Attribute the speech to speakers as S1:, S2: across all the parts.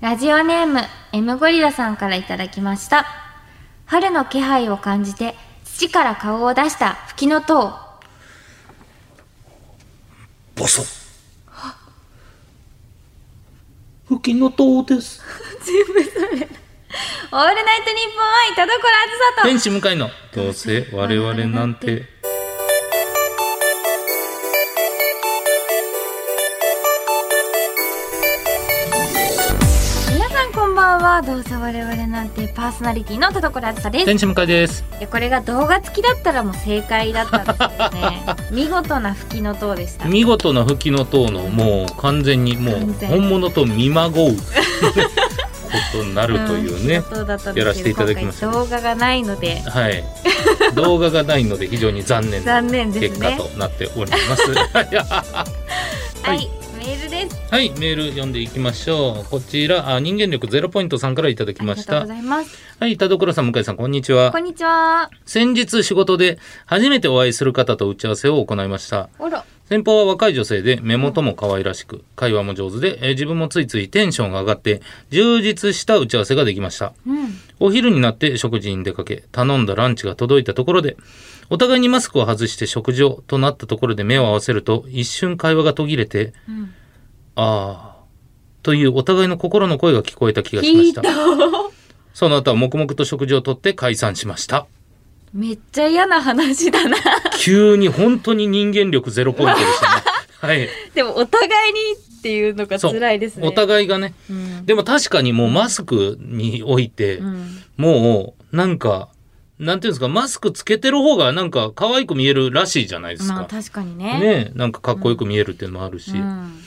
S1: ラジオネーム M ゴリラさんからいただきました春の気配を感じて土から顔を出したフキノトウ
S2: ボソ吹きの塔です
S1: オールナイトニッポン愛田所あずさと
S3: 天使向かいのどうせ我々なんて
S1: 皆さんこんばんはどうせ我々なんてパーソナリティの田所あずさです
S3: 天使向かいです
S1: いやこれが動画付きだったらもう正解だったん ですけどね見事なフキノトウでした
S3: 見事な吹きの塔のもう完全にもう
S1: 完全
S3: 本物と見ま ごうことになるというね、
S1: うん、だったんですけど
S3: やらせていただきました
S1: 今回動画がないので
S3: はい動画がないので非常に残念な
S1: 残念で
S3: 結
S1: す
S3: 果
S1: ね
S3: となっております は
S1: はい、
S3: はい
S1: メールです
S3: いメール読んでいきましょうこちらあ人間力ゼロポイントさんからいただき
S1: あり
S3: ま
S1: が
S3: し
S1: とう
S3: た
S1: ございます
S3: はい田所さん向井さんこんにちは
S1: こんにちは
S3: 先日仕事で初めてお会いする方と打ち合わせを行いました
S1: おろ
S3: 先方は若い女性で目元も可愛らしく会話も上手で、えー自分もついついテンションが上がって充実した打ち合わせができました
S1: うん
S3: お昼になって食事に出かけ頼んだランチが届いたところでお互いにマスクを外して食事をとなったところで目を合わせると一瞬会話が途切れて
S1: うん
S3: 「ああ」というお互いの心の声が聞こえた気がしましたその後は黙々と食事をとって解散しました
S1: めっちゃ嫌な話だな
S3: 急に本当に人間力ゼロポイントでし たねはい
S1: でもお互いにっていうのが
S3: そう
S1: 辛いですね
S3: お互いがね
S1: うん
S3: でも確かにもうマスクにおいて、
S1: うん
S3: もうなんかなんていうんですかマスクつけてる方がなんか可愛く見えるらしいじゃないです
S1: まあ
S3: か。
S1: 確かにね
S3: ねえなんかかっこよく見えるっていうのもあるし、
S1: うん、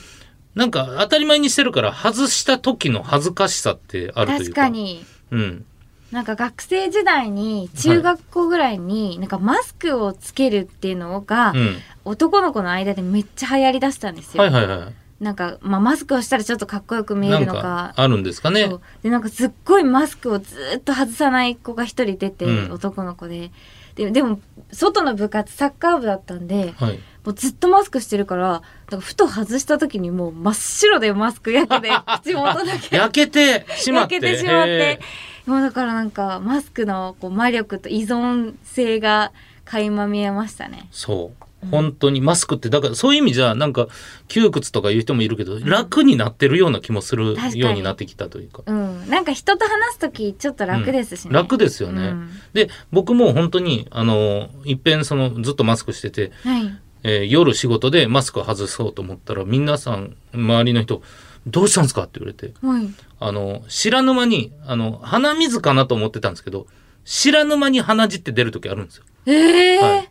S3: なんか当たり前にしてるから外した時の恥ずかしさってあるとい
S1: 確
S3: うか
S1: かに
S3: うん、
S1: なんか学生時代に中学校ぐらいになんかマスクをつけるっていうのが
S3: うん、
S1: 男の子の間でめっちゃ流行りだしたんですよ。
S3: はいはいは
S1: なんか、まあ、マスクをしたらちょっとかっこよく
S3: い
S1: 見え
S3: なん
S1: るのか
S3: かあるんですかね
S1: そうでなんかすっごいマスクをずーっと外さない子が一人出て、
S3: うん
S1: 男の子でででも外の部活サッカー部だったんで
S3: はい
S1: もうずっとマスクしてるからなんかふと外した時にもう真っ白でマスク焼け で口元だけ
S3: 焼けてしまっ
S1: 焼
S3: て
S1: けてしまっ
S3: へ
S1: てもうだからなんかマスクのこう魔力と依存性が垣間見えましたね。
S3: そう。本当にマスクってだからそういう意味じゃなんか窮屈とか言う人もいるけど楽になってるような気もする
S1: 確かに
S3: ようになってきたというか
S1: うん、なんか人と話す時ちょっと楽ですしね、
S3: 楽ですよね。
S1: うん
S3: で僕も本当にあのいっぺんそのずっとマスクしてて、
S1: はい
S3: えー夜仕事でマスク外そうと思ったら皆さん周りの人「どうしたんですか?」って言われて
S1: はい
S3: あの知らぬ間にあの鼻水かなと思ってたんですけど知らぬ間に鼻血って出る時あるんですよ。
S1: ええー
S3: はい、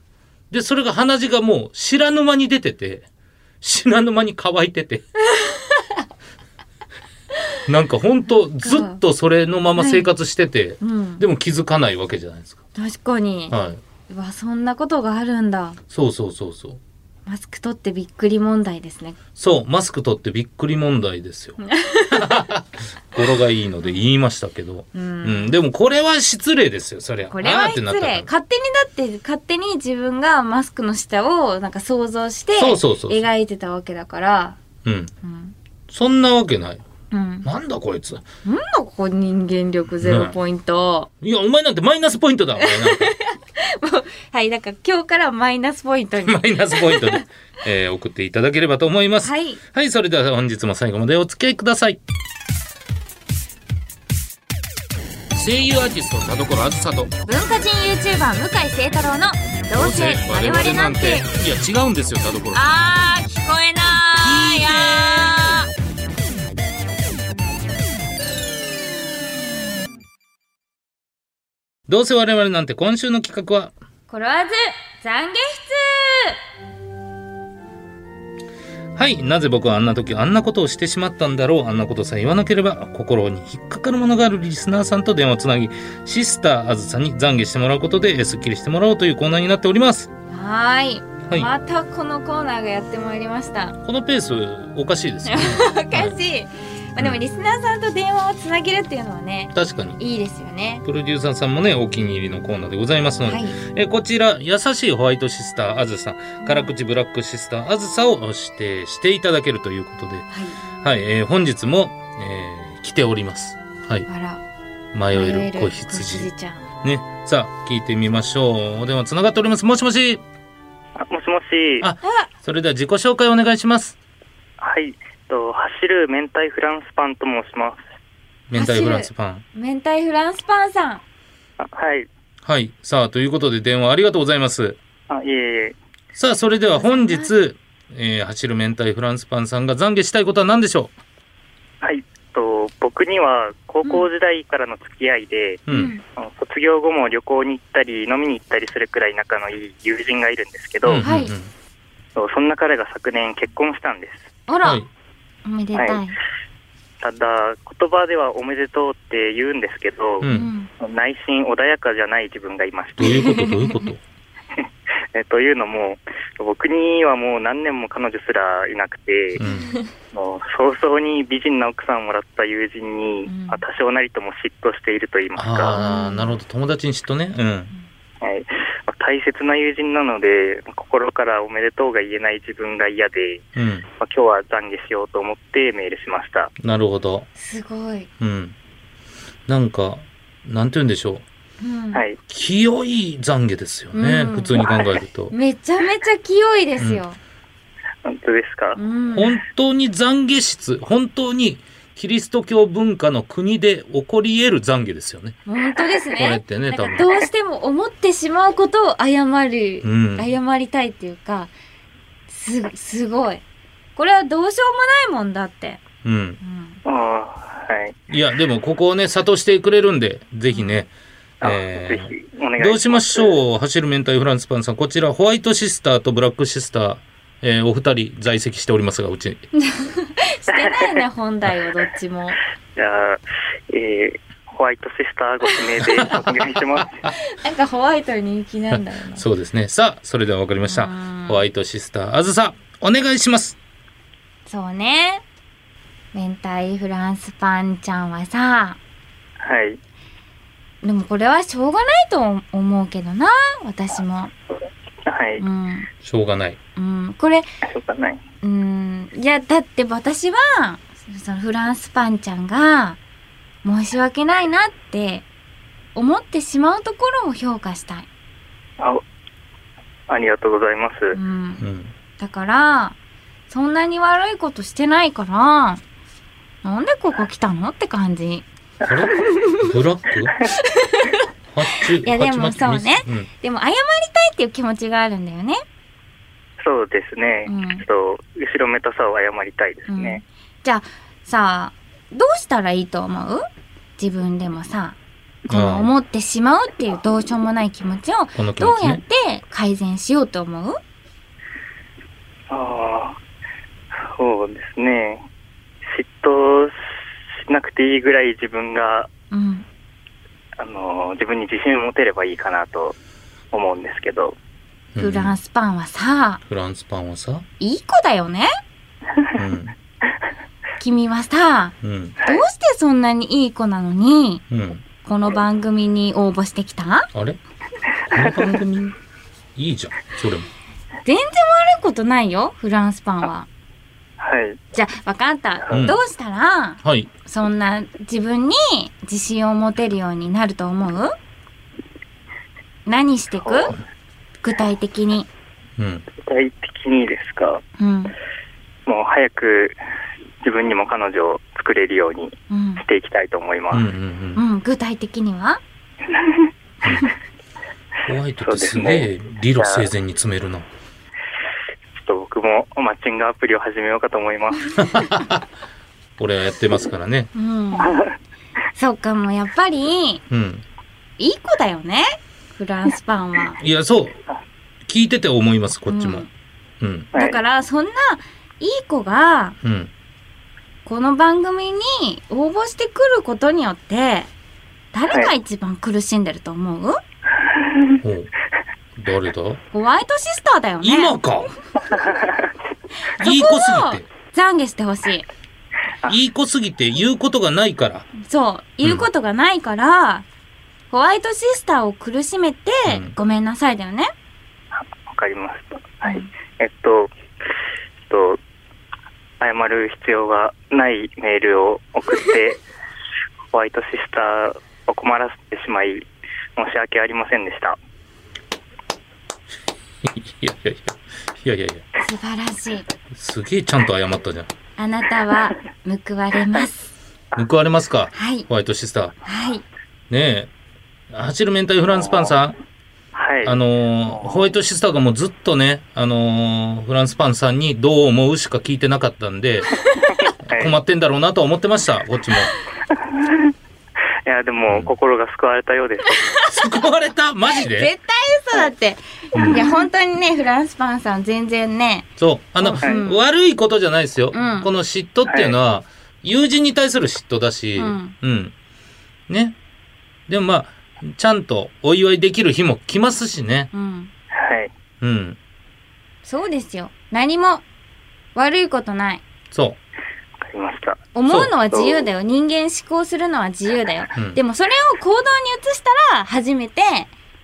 S3: でそれが鼻血がもう知らぬ間に出てて知らぬ間に乾いて てなんかほんとずっとそれのまま生活してて、
S1: うん、
S3: でも気づかないわけじゃないですか。
S1: 確かに、
S3: はい、
S1: うわそんなことがあるんだ
S3: そうそうそうそう
S1: マスク取ってびっくり問題ですね
S3: そうマスク取ってびっくり問題ですよ。 語呂がいいので言いましたけど、
S1: う、
S3: うんん、でもこれは失礼ですよそりゃ。
S1: これは
S3: あーって
S1: 失
S3: なったら
S1: 礼勝手にだって勝手に自分がマスクの下をなんか想像して
S3: そうそうそうそう
S1: 描いてたわけだから
S3: うん、
S1: うん、
S3: そんなわけない。
S1: うん、なんだ
S3: なんだこいつ。
S1: ここ人間力ゼロポイント、
S3: いやお前なんてマイナスポイントだお前なんか。
S1: はいだから今日からマイナスポイントに
S3: マイナスポイントで、えー送っていただければと思います。は、
S1: はいい
S3: それでは本日も最後までお付き合いください。声優アーティスト田所あずさと
S1: 文化人 YouTuber 向井聖太郎の「どうせ我々なんて
S3: いや違うんですよ田所」
S1: あー聞こえないやー
S3: どうせ我々なんて今週の企画は
S1: コロワーズ懺悔
S3: はいなぜ僕はあんな時あんなことをしてしまったんだろうあんなことさえ言わなければ心に引っかかるものがあるリスナーさんと電話をつなぎシスターあずさに懺悔してもらうことでえースッキリしてもらおうというコーナーになっております
S1: 室はーい
S3: はい
S1: またこのコーナーがやってまいりました
S3: このペースおかしいですよね
S1: おかしい、まあ、でもリスナーさんと電話をつなげるっていうのはね
S3: 確かに
S1: いいですよね
S3: プロデューサーさんもね、お気に入りのコーナーでございますので、
S1: はい
S3: えーこちら、優しいホワイトシスター、あずさ、辛口ブラックシスター、あずさを指定していただけるということで、
S1: はい
S3: はい、えー本日も、えー来ております。はい。
S1: あら、
S3: 迷
S1: 迷
S3: え
S1: え
S3: る
S1: る
S3: 子
S1: 子
S3: 羊
S1: 羊。ちゃん。
S3: ね。さあ、聞いてみましょう。お電話つながっております。もしもし。
S4: あもしもし。
S3: あそれでは自己紹介お願いします。
S4: はい。えっと走る明太フランスパンと申します。
S3: 明太フランスパン。
S1: 明太フランスパンさん。
S4: あはい。
S3: はい。さあ、ということで電話ありがとうございます。
S4: あいえいえ。
S3: さあ、それでは本日、えー走る明太フランスパンさんが懺悔したいことは何でしょ
S4: はい。えっと僕には高校時代からの付き合いで、
S3: う。うん。
S4: あの卒業後も旅行に行ったり飲みに行ったりするくらい仲のいい友人がいるんですけど、
S3: うんうんうん
S1: はい
S4: そうそんな彼が昨年結婚したんです。
S1: あら、
S3: はい。
S1: おめでたい。
S4: はいただ言葉ではおめでとうって言うんですけど
S3: う、。
S1: うんん。
S4: 内心穏やかじゃない自分がいまし
S3: ど
S4: て
S3: う、いうことどういうこと
S4: えというのも僕にはもう何年も彼女すらいなくて。
S3: うん。
S4: もう早々に美人な奥さんをもらった友人に、
S1: うん
S4: まあ多少なりとも嫉妬していると言いますか、
S3: ああ、なるほど。友達に嫉妬ね。うん。
S4: はいまあ大切な友人なので心からおめでとうが言えない自分が嫌で、
S3: うん。
S4: まあ、今日は懺悔しようと思ってメールしました
S3: なるほど。
S1: すごい。
S3: うん。なんか、なんて言うんでしょう。
S1: うん。
S4: はい
S3: 清い懺悔ですよね。
S1: うん
S3: 普通に考えると。
S1: めちゃめちゃ清いですよ。
S4: 本当ですか、
S1: うん。
S3: 本当に懺悔室、本当にキリスト教文化の国で起こり得る懺悔ですよね。
S1: 本当です
S3: これっ
S1: ね。
S3: てね、
S1: なん
S3: 多
S1: か
S3: 分。
S1: どうしても思ってしまうことを謝る。
S3: うん。
S1: 謝りたいっていうかすすごいこれはどうしようもないもんだって、
S3: うん。
S1: うん、
S4: ああはい
S3: いや、でもここをね、諭してくれるんで、ぜひね。
S4: あ
S3: えー
S4: ぜひお願いします
S3: どうしましょう走る明太フランスパンさん。こちら、ホワイトシスターとブラックシスター、えーお二人在籍しておりますが、うちに。
S1: してない ね本来をどっちも
S4: じゃあ、えーホワイトシスターご指 名でお願いします
S1: なんかホワイトに人気なんだろうな
S3: そうですね。さあ、それではわかりました
S1: うん。
S3: ホワイトシスター、あずさ、お願いします。
S1: そうね明太フランスパンちゃんはさ
S4: はい
S1: でもこれはしょうがないと思うけどな私も
S4: はい、
S1: うん、
S3: しょうがない。
S1: うん、これ
S4: しょうがない
S1: うんいやだって私はそのフランスパンちゃんが申し訳ないなって思ってしまうところも評価したい、
S4: あありがとうございます、
S1: うん
S3: う、ん。
S1: だからそんなに悪いことしてないからなんでここ来たのって感じ
S3: あれブラックハッチ
S1: いやでもそうね。
S3: ハチマチミス
S1: でも謝りたいっていう気持ちがあるんだよね、
S4: そうですね、
S1: うん
S4: ちょっと後ろめたさを謝りたいです
S1: うん
S4: ね、、
S1: じゃあさあどうしたらいいと思う自分でもさこの思ってしまうっていうどうしようもない気持ちを
S3: うんこの気
S1: ど
S3: 持
S1: う
S3: ち
S1: やっ
S3: ね。
S1: て改善しようと思う
S4: ああそうですね嫉妬しなくていいぐらい自分が
S1: うん。
S4: あの自分に自信を持てればいいかなと思うんですけど
S1: フラ
S3: ン
S1: ンスパンはさ、
S3: フランスパンはさ。
S1: いい子だよね
S3: うん。
S1: 君はさ、
S3: うん。
S1: どうしてそんなにいい子なのに、
S3: うん。
S1: この番組に応募してきた
S3: あれこの番組、いいじゃん。それも。
S1: 全然悪いことないよ、フランスパンは。
S4: はい
S1: じゃあ、わかった。
S3: うん
S1: どうしたら、
S3: はい。
S1: そんな自分に自信を持てるようになると思う何してく具体的に。
S3: うん。
S4: 具体的にですか
S1: うん。
S4: もう早く自分にも彼女を作れるように
S1: うん
S4: し。ていきたいと思いま
S3: う
S4: す、
S3: んうんう。
S1: うんん、具体的には
S3: ホワイトってすげえ理路整然に詰めるな。
S4: ちょっと僕もマッチングアプリを始めようかと思います
S3: 俺はやってますからね。
S1: うん。そうかも、やっぱり、
S3: うん。
S1: いい子だよね。フランスパンは。
S3: いや、そう。聞いてて思います、こっち
S1: う
S3: も
S1: ん。
S3: うん。
S4: はい
S1: だから、そんな、いい子が、
S3: うん。
S1: この番組に応募してくることによって、誰が一番苦しんでると思う、
S3: おう誰だ
S1: ホワイトシスターだよね。
S3: 今かいい子すぎて。
S1: 懺悔してほしい。
S3: いい子すぎて言うことがないから。
S1: そう、言うことがないから、ホワイトシスターを苦しめて、
S3: うん
S1: ごめんなさいだよね。
S4: わかりましたはいえっと、えっと、謝る必要がないメールを送って、ホワイトシスターを困らせてしまい、申し訳ありませんでした。
S3: いやいやいやいやいやいや
S1: 素晴らしい。
S3: すげえちゃんと謝ったじゃん
S1: あなたは報われ ます。
S3: 報われますか
S1: はい。
S3: ホワイトシスター
S1: はい。
S3: ねえ走る明太フランスパンさん
S4: はい。
S3: あのーホワイトシスターがもうずっとね、あのーフランスパンさんにどう思うしか聞いてなかったんで、
S4: はい
S3: 困ってんだろうなとは思ってました、こっちも。
S4: いや、でも、心が救われたようです。
S3: 救われたマジ
S1: 絶
S3: で
S1: 対嘘だって。いや、本当にね、フランスパンさん全然ね。
S3: そう。あの、
S1: はい
S3: 悪いことじゃないですよ。
S1: うん
S3: この嫉妬っていうのは、友人に対する嫉妬だし、
S1: うん
S3: うん。ね。でもまあ、ちゃんとお祝いできる日も来ますしね。
S1: うん。
S4: はい。
S3: うん。
S1: そうですよ。何も悪いことない。
S3: そう。
S4: わかりました。
S1: 思うのは自由だよ。人間思考するのは自由だよ。
S3: うん
S1: でもそれを行動に移したら初めて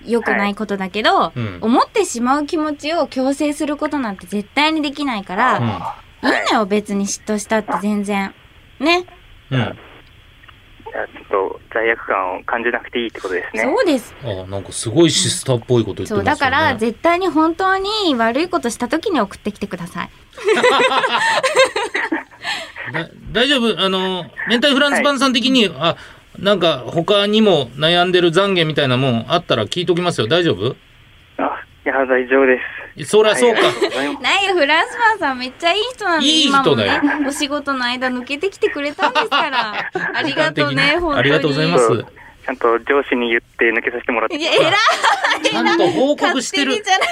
S1: 良くないことだけど、
S3: うん
S1: 思ってしまう気持ちを強制することなんて絶対にできないか
S3: う
S1: ら、
S3: ん。
S1: いいのよ別に嫉妬したって全然。ね。
S3: うん。
S4: じゃあ、ちょっと罪悪感を感じなくていいってことですね。
S1: そうです。
S3: あなんかすごいシスターっぽいこと言ってます
S1: そ
S3: よ
S1: う、
S3: ね。
S1: だから絶対に本当に悪いことした時に送ってきてください。
S3: だ大丈夫あの、明太フランスパンさん的に、あ、なんか他にも悩んでる懺悔みたいなもんあったら聞いときますよ。大丈夫
S4: あ、いや、大丈夫です。
S3: そりゃそうか。
S4: はいありがとうございます
S1: ないよ、フランスパンさんめっちゃいい人なんで、
S3: いい人だよ
S1: 今もね、お仕事の間抜けてきてくれたんです から。ありがとうね、
S3: 時間的に
S1: 本当に。
S3: ありがとうございま
S4: ち
S3: す
S4: ょっとちゃんと上司に言って抜けさせてもらって。
S1: いや、偉い
S3: ちゃんと報告して
S1: 勝手に
S3: る。
S1: じゃない。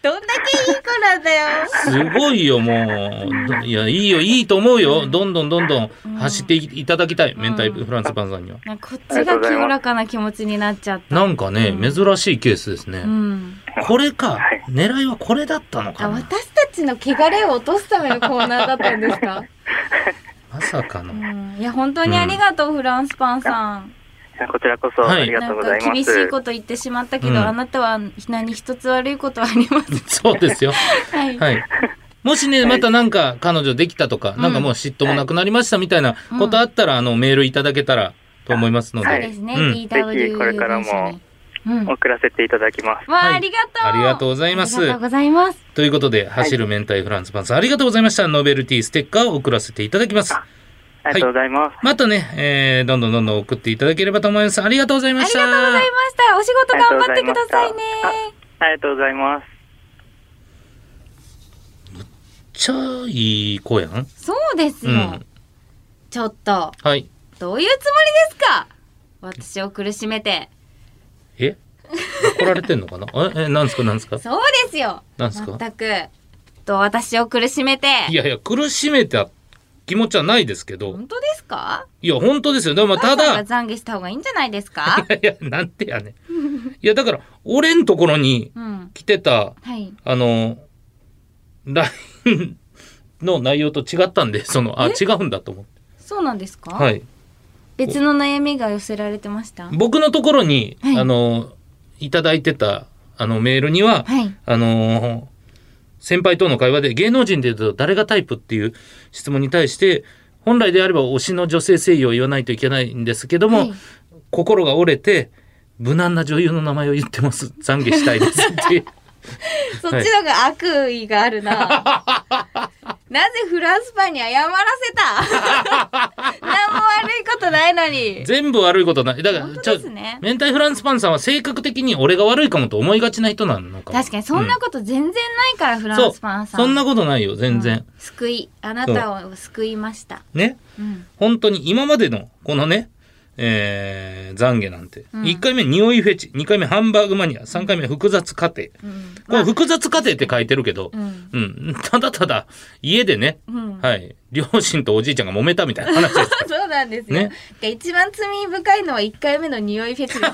S1: どんだけいい子なんだよ。
S3: すごいよ、もう。どいや、いいよ、いいと思うよ。どんどんどんどん走っていただきたい。
S1: ん
S3: 明太フランスパンさんには。
S1: なんかこっちが清らかな気持ちになっちゃった。
S3: なんかね、珍しいケースですね
S1: う。ん。
S3: これか
S4: はい。
S3: 狙いはこれだったの
S1: あ、
S3: かな。
S1: 私たちの汚れを落とすためのコーナーだったんです か
S3: まさかの
S1: う。ん。いや、本当にありがとう、フランスパンさん。
S4: こちらこそ
S3: はい
S4: ありが
S1: な
S4: とうんござ
S1: か
S4: います。
S1: 厳しいこと言ってしまったけど、
S3: うん
S1: あなたは何一つ悪いことはありません。
S3: そうですよ。
S1: はい。
S3: はい。もしね、またなんか彼女できたとか、
S1: うん
S3: なんかもう嫉妬もなくなりましたみたいなことあったら、あの、メールいただけたらと思いますので。
S1: そ
S4: は
S1: う
S4: い
S1: ですね、
S3: うん
S1: DW
S4: これからも
S1: 電車にうん。わ
S4: 送らせていただきます。
S1: あ、
S3: はい
S1: ありがとう。
S3: ありがとうございま
S1: ありが
S3: す
S1: とう。ございます。
S3: ということで、走る明太フランスパンさん、ありがとうございました。ノベルティステッカーを送らせていただきます。
S4: ありがとうございます。
S3: またね、えー、どんどんどんどん送っていただければと思います。ありがとうござ
S1: あ
S3: い
S1: り
S3: ま
S1: が
S3: し
S1: と
S3: た。
S1: うございました。お仕事頑張ってくださいね。
S4: ありがとうございます。
S3: ちゃいい子やん。
S1: そうです
S3: う
S1: よ。
S3: ん。
S1: ちょっと、
S3: はい。
S1: どういうつもりですか私を苦しめて。
S3: え怒られてんのかな え、え、なんですかなんですか
S1: そうですよ。
S3: なんすか
S1: 全く。と、私を苦しめて。
S3: いやいや、苦しめた気持ちはないですけど。
S1: 本当ですか
S3: いや、本当ですよ。でも、ただ
S1: お母、さんが懺悔した方がいいんじゃないですか
S3: いや、なんてやねん。いや、だから、俺んところに
S1: うん。
S3: 来てた、
S1: はい。
S3: あの、LINE の内容と違ったんで、その、あ、違うんだと思って。
S1: そうなんですか
S3: はい。
S1: 別の悩みが寄せられてました
S3: 僕のところに、
S1: はい
S3: あの、いただいてた、あの、メールには、
S1: はい。
S3: あの、先輩との会話で芸能人で言うと誰がタイプっていう質問に対して、本来であれば推しの女性声優を言わないといけないんですけども、
S1: はい
S3: 心が折れて、無難な女優の名前を言ってます。懺悔したいです って。
S1: そっちの方が悪意がある な。なぜフランスパンに謝らせた 何も悪いことないのに。
S3: 全部悪いことない。だから、
S1: 本
S3: ち
S1: 当
S3: ょ
S1: ですね
S3: 明太フランスパンさんは性格的に俺が悪いかもと思いがちな人なのかも
S1: 確かにそんなこと全然ないから、フ
S3: と
S1: ランスパンさん。
S3: そう。そんなことないよ、全然。
S1: うん救い。あなたを救いました。
S3: ね。
S1: うん。
S3: 本当に今までのこのね、えー、懺悔なんて、
S1: うん
S3: 1回目匂いフェチ2回目ハンバーグマニア3回目複雑家庭
S1: うん。
S3: これ複雑家庭って書いてるけど、
S1: うん。
S3: うん、ただただ家でね、
S1: うん。
S3: はい、両親とおじいちゃんが揉めたみたいな話です
S1: そうなんですよ。
S3: ね
S1: で一番罪深いのは1回目の匂いフェ チですね。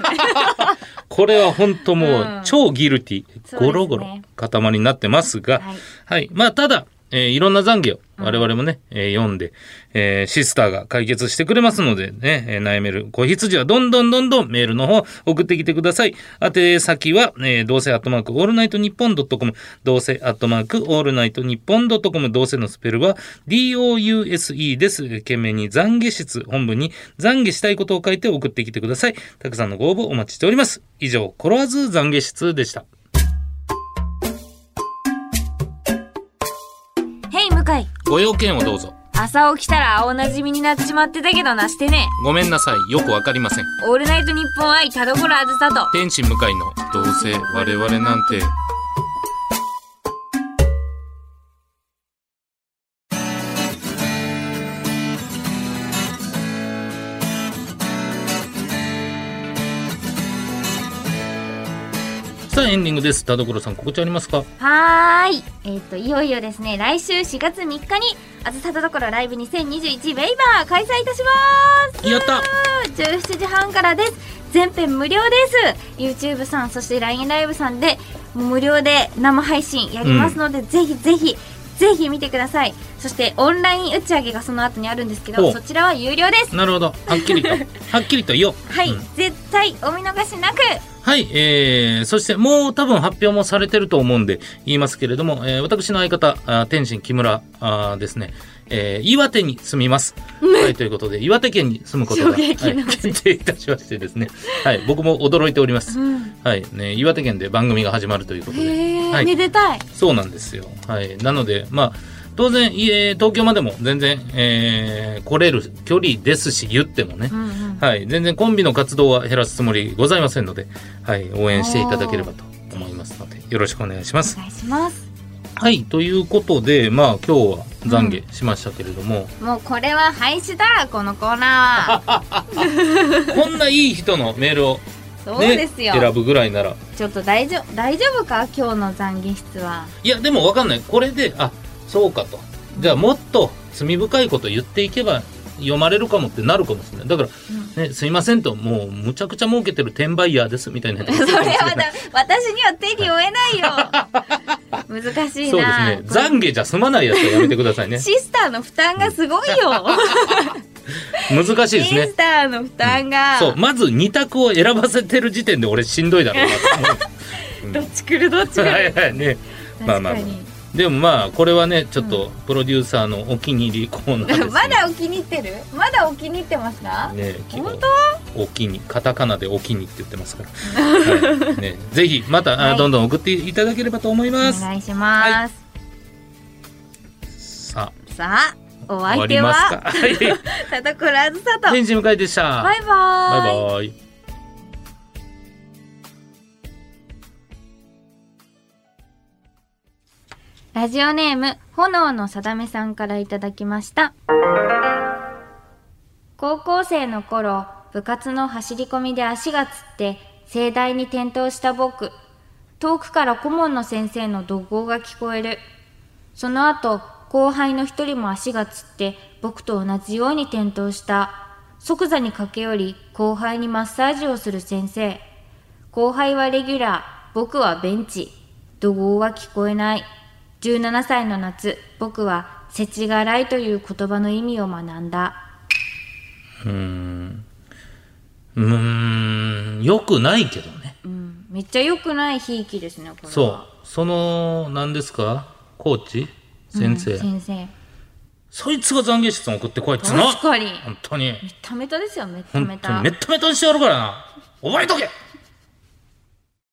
S3: これは本当も
S1: う
S3: うん超ギルティ、
S1: すね
S3: ゴロゴロ塊になってますが、
S1: はい
S3: はい、まあただ、えーいろんな懺悔を我々もね、えー読んで、えーシスターが解決してくれますのでね、えー悩める子羊はどんどんどんどんメールの方送ってきてください。宛先は、えーどうせアットマークオールナイトニッポンドットコム、どうせアットマークオールナイトニッポンドットコム、どうせのスペルは DOUSE です。懸命に懺悔室、本文に懺悔したいことを書いて送ってきてください。たくさんのご応募お待ちしております。以上、コロワズ懺悔室でした。
S1: へい、向井。
S3: ご用件をどうぞ。
S1: 朝起きたら青なじみになっちまってたけどなしてね。
S3: ごめんなさい。よくわかりません。
S1: オールナイトニッポン愛田所あずさと。
S3: 天使向かいのどうせ我々なんてさあエンディングです田所さん告知ありますか
S1: はーい。えっ、と、いよいよですね、来週4月3日に、あずさとどころライブ2021ウェイバー開催いたします
S3: やった
S1: 17時半からです全編無料です YouTube さんそして LINE ライブさんでもう無料で生配信やりますので、ぜひぜひぜひ見てくださいそしてオンライン打ち上げがその後にあるんですけど
S3: お
S1: そちらは有料です
S3: なるほどはっきり とはっきりと言おう
S1: はい、
S3: うん
S1: 絶対お見逃しなく
S3: はい、えー、そしてもう多分発表もされてると思うんで言いますけれども、えー私の相方、あー天心木村あーですね、えー岩手に住みます。はい、ということで、岩手県に住むことが、
S1: 衝撃の
S3: はい決定いたしましてですね、はい、僕も驚いております。
S1: うん
S3: はい、ね、岩手県で番組が始まるということで、
S1: へえ、
S3: はい
S1: めでたい
S3: そうなんですよ。はい、なので、まあ、当然、いえー東京までも全然、えー来れる距離ですし、言ってもね
S1: う、んうん
S3: はい、全然コンビの活動は減らすつもりございませんので、はい、応援していただければと思いますので、よろしくお願いします
S1: お。願いします
S3: はい、ということで、まあ今日は懺悔しましたけれども、
S1: もうこれは廃止だこのコーナーは
S3: こんないい人のメールを、
S1: そう
S3: ね、
S1: ですよ
S3: 選ぶぐらいなら、
S1: ちょっと大丈夫大丈夫か今日の懺悔室はい
S3: や、でもわかんない。これで、あ、そうかと。じゃあもっと罪深いこと言っていけば読まれるかもってなるかもしれない。だから、ね、すいませんと、もうむちゃくちゃ儲けてる転売ヤーですみたいなやつ。
S1: それはだ私には手に負えないよ難しい
S3: そうで
S1: な
S3: すね。懺悔じゃ済まないやつはやめてくださいね
S1: 悔。シスターの負担がすごいよ
S3: 難しい
S1: シ
S3: ですね
S1: ス。ターの負担が、
S3: そう、まず2択を選ばせてる時点で俺しんどいだろうなと
S1: どっち来るどっち来
S3: 思う。はい
S1: る
S3: はいね。まあ
S1: 確
S3: まあ
S1: か
S3: まあ
S1: に、
S3: でもまあ、これはね、ちょっとプロデューサーのお気に入りコーナーです、ね。
S1: まだお気に入ってるまだお気に入ってますか、
S3: ね、基本
S1: 本
S3: お気にカタカナでお気にって言ってますから、はいね、ぜひまた、あ
S1: はい
S3: どんどん送っていただければと思い
S1: お
S3: ます。
S1: 願いします、
S3: さ
S1: さあお
S3: あ終
S1: 相
S3: わ
S1: 手
S3: りますか。
S1: は
S3: はい、
S1: 田所あずさと
S3: 天使向井でした。
S1: バイバーイ
S3: バイバイ。
S1: ラジオネーム、炎のさだめさんからいただきました。高校生の頃、部活の走り込みで足がつって、盛大に転倒した僕。遠くから顧問の先生の怒号が聞こえる。その後、後輩の一人も足がつって、僕と同じように転倒した。即座に駆け寄り、後輩にマッサージをする先生。後輩はレギュラー、僕はベンチ。怒号は聞こえない。17歳の夏、僕は、せちがらいという言葉の意味を学んだ。
S3: うーん。うーん、よくないけどね。
S1: うん、めっちゃ良くないひいきですね、これは。
S3: そう、その、何ですかコーチ先生、
S1: 先生。
S3: そいつが懺悔室に送ってこいっつうの
S1: 確かに。
S3: 本当に。
S1: めっためたですよ、めった
S3: 本
S1: め
S3: 当に
S1: た
S3: め。っためたにしてやるからな。覚えとけ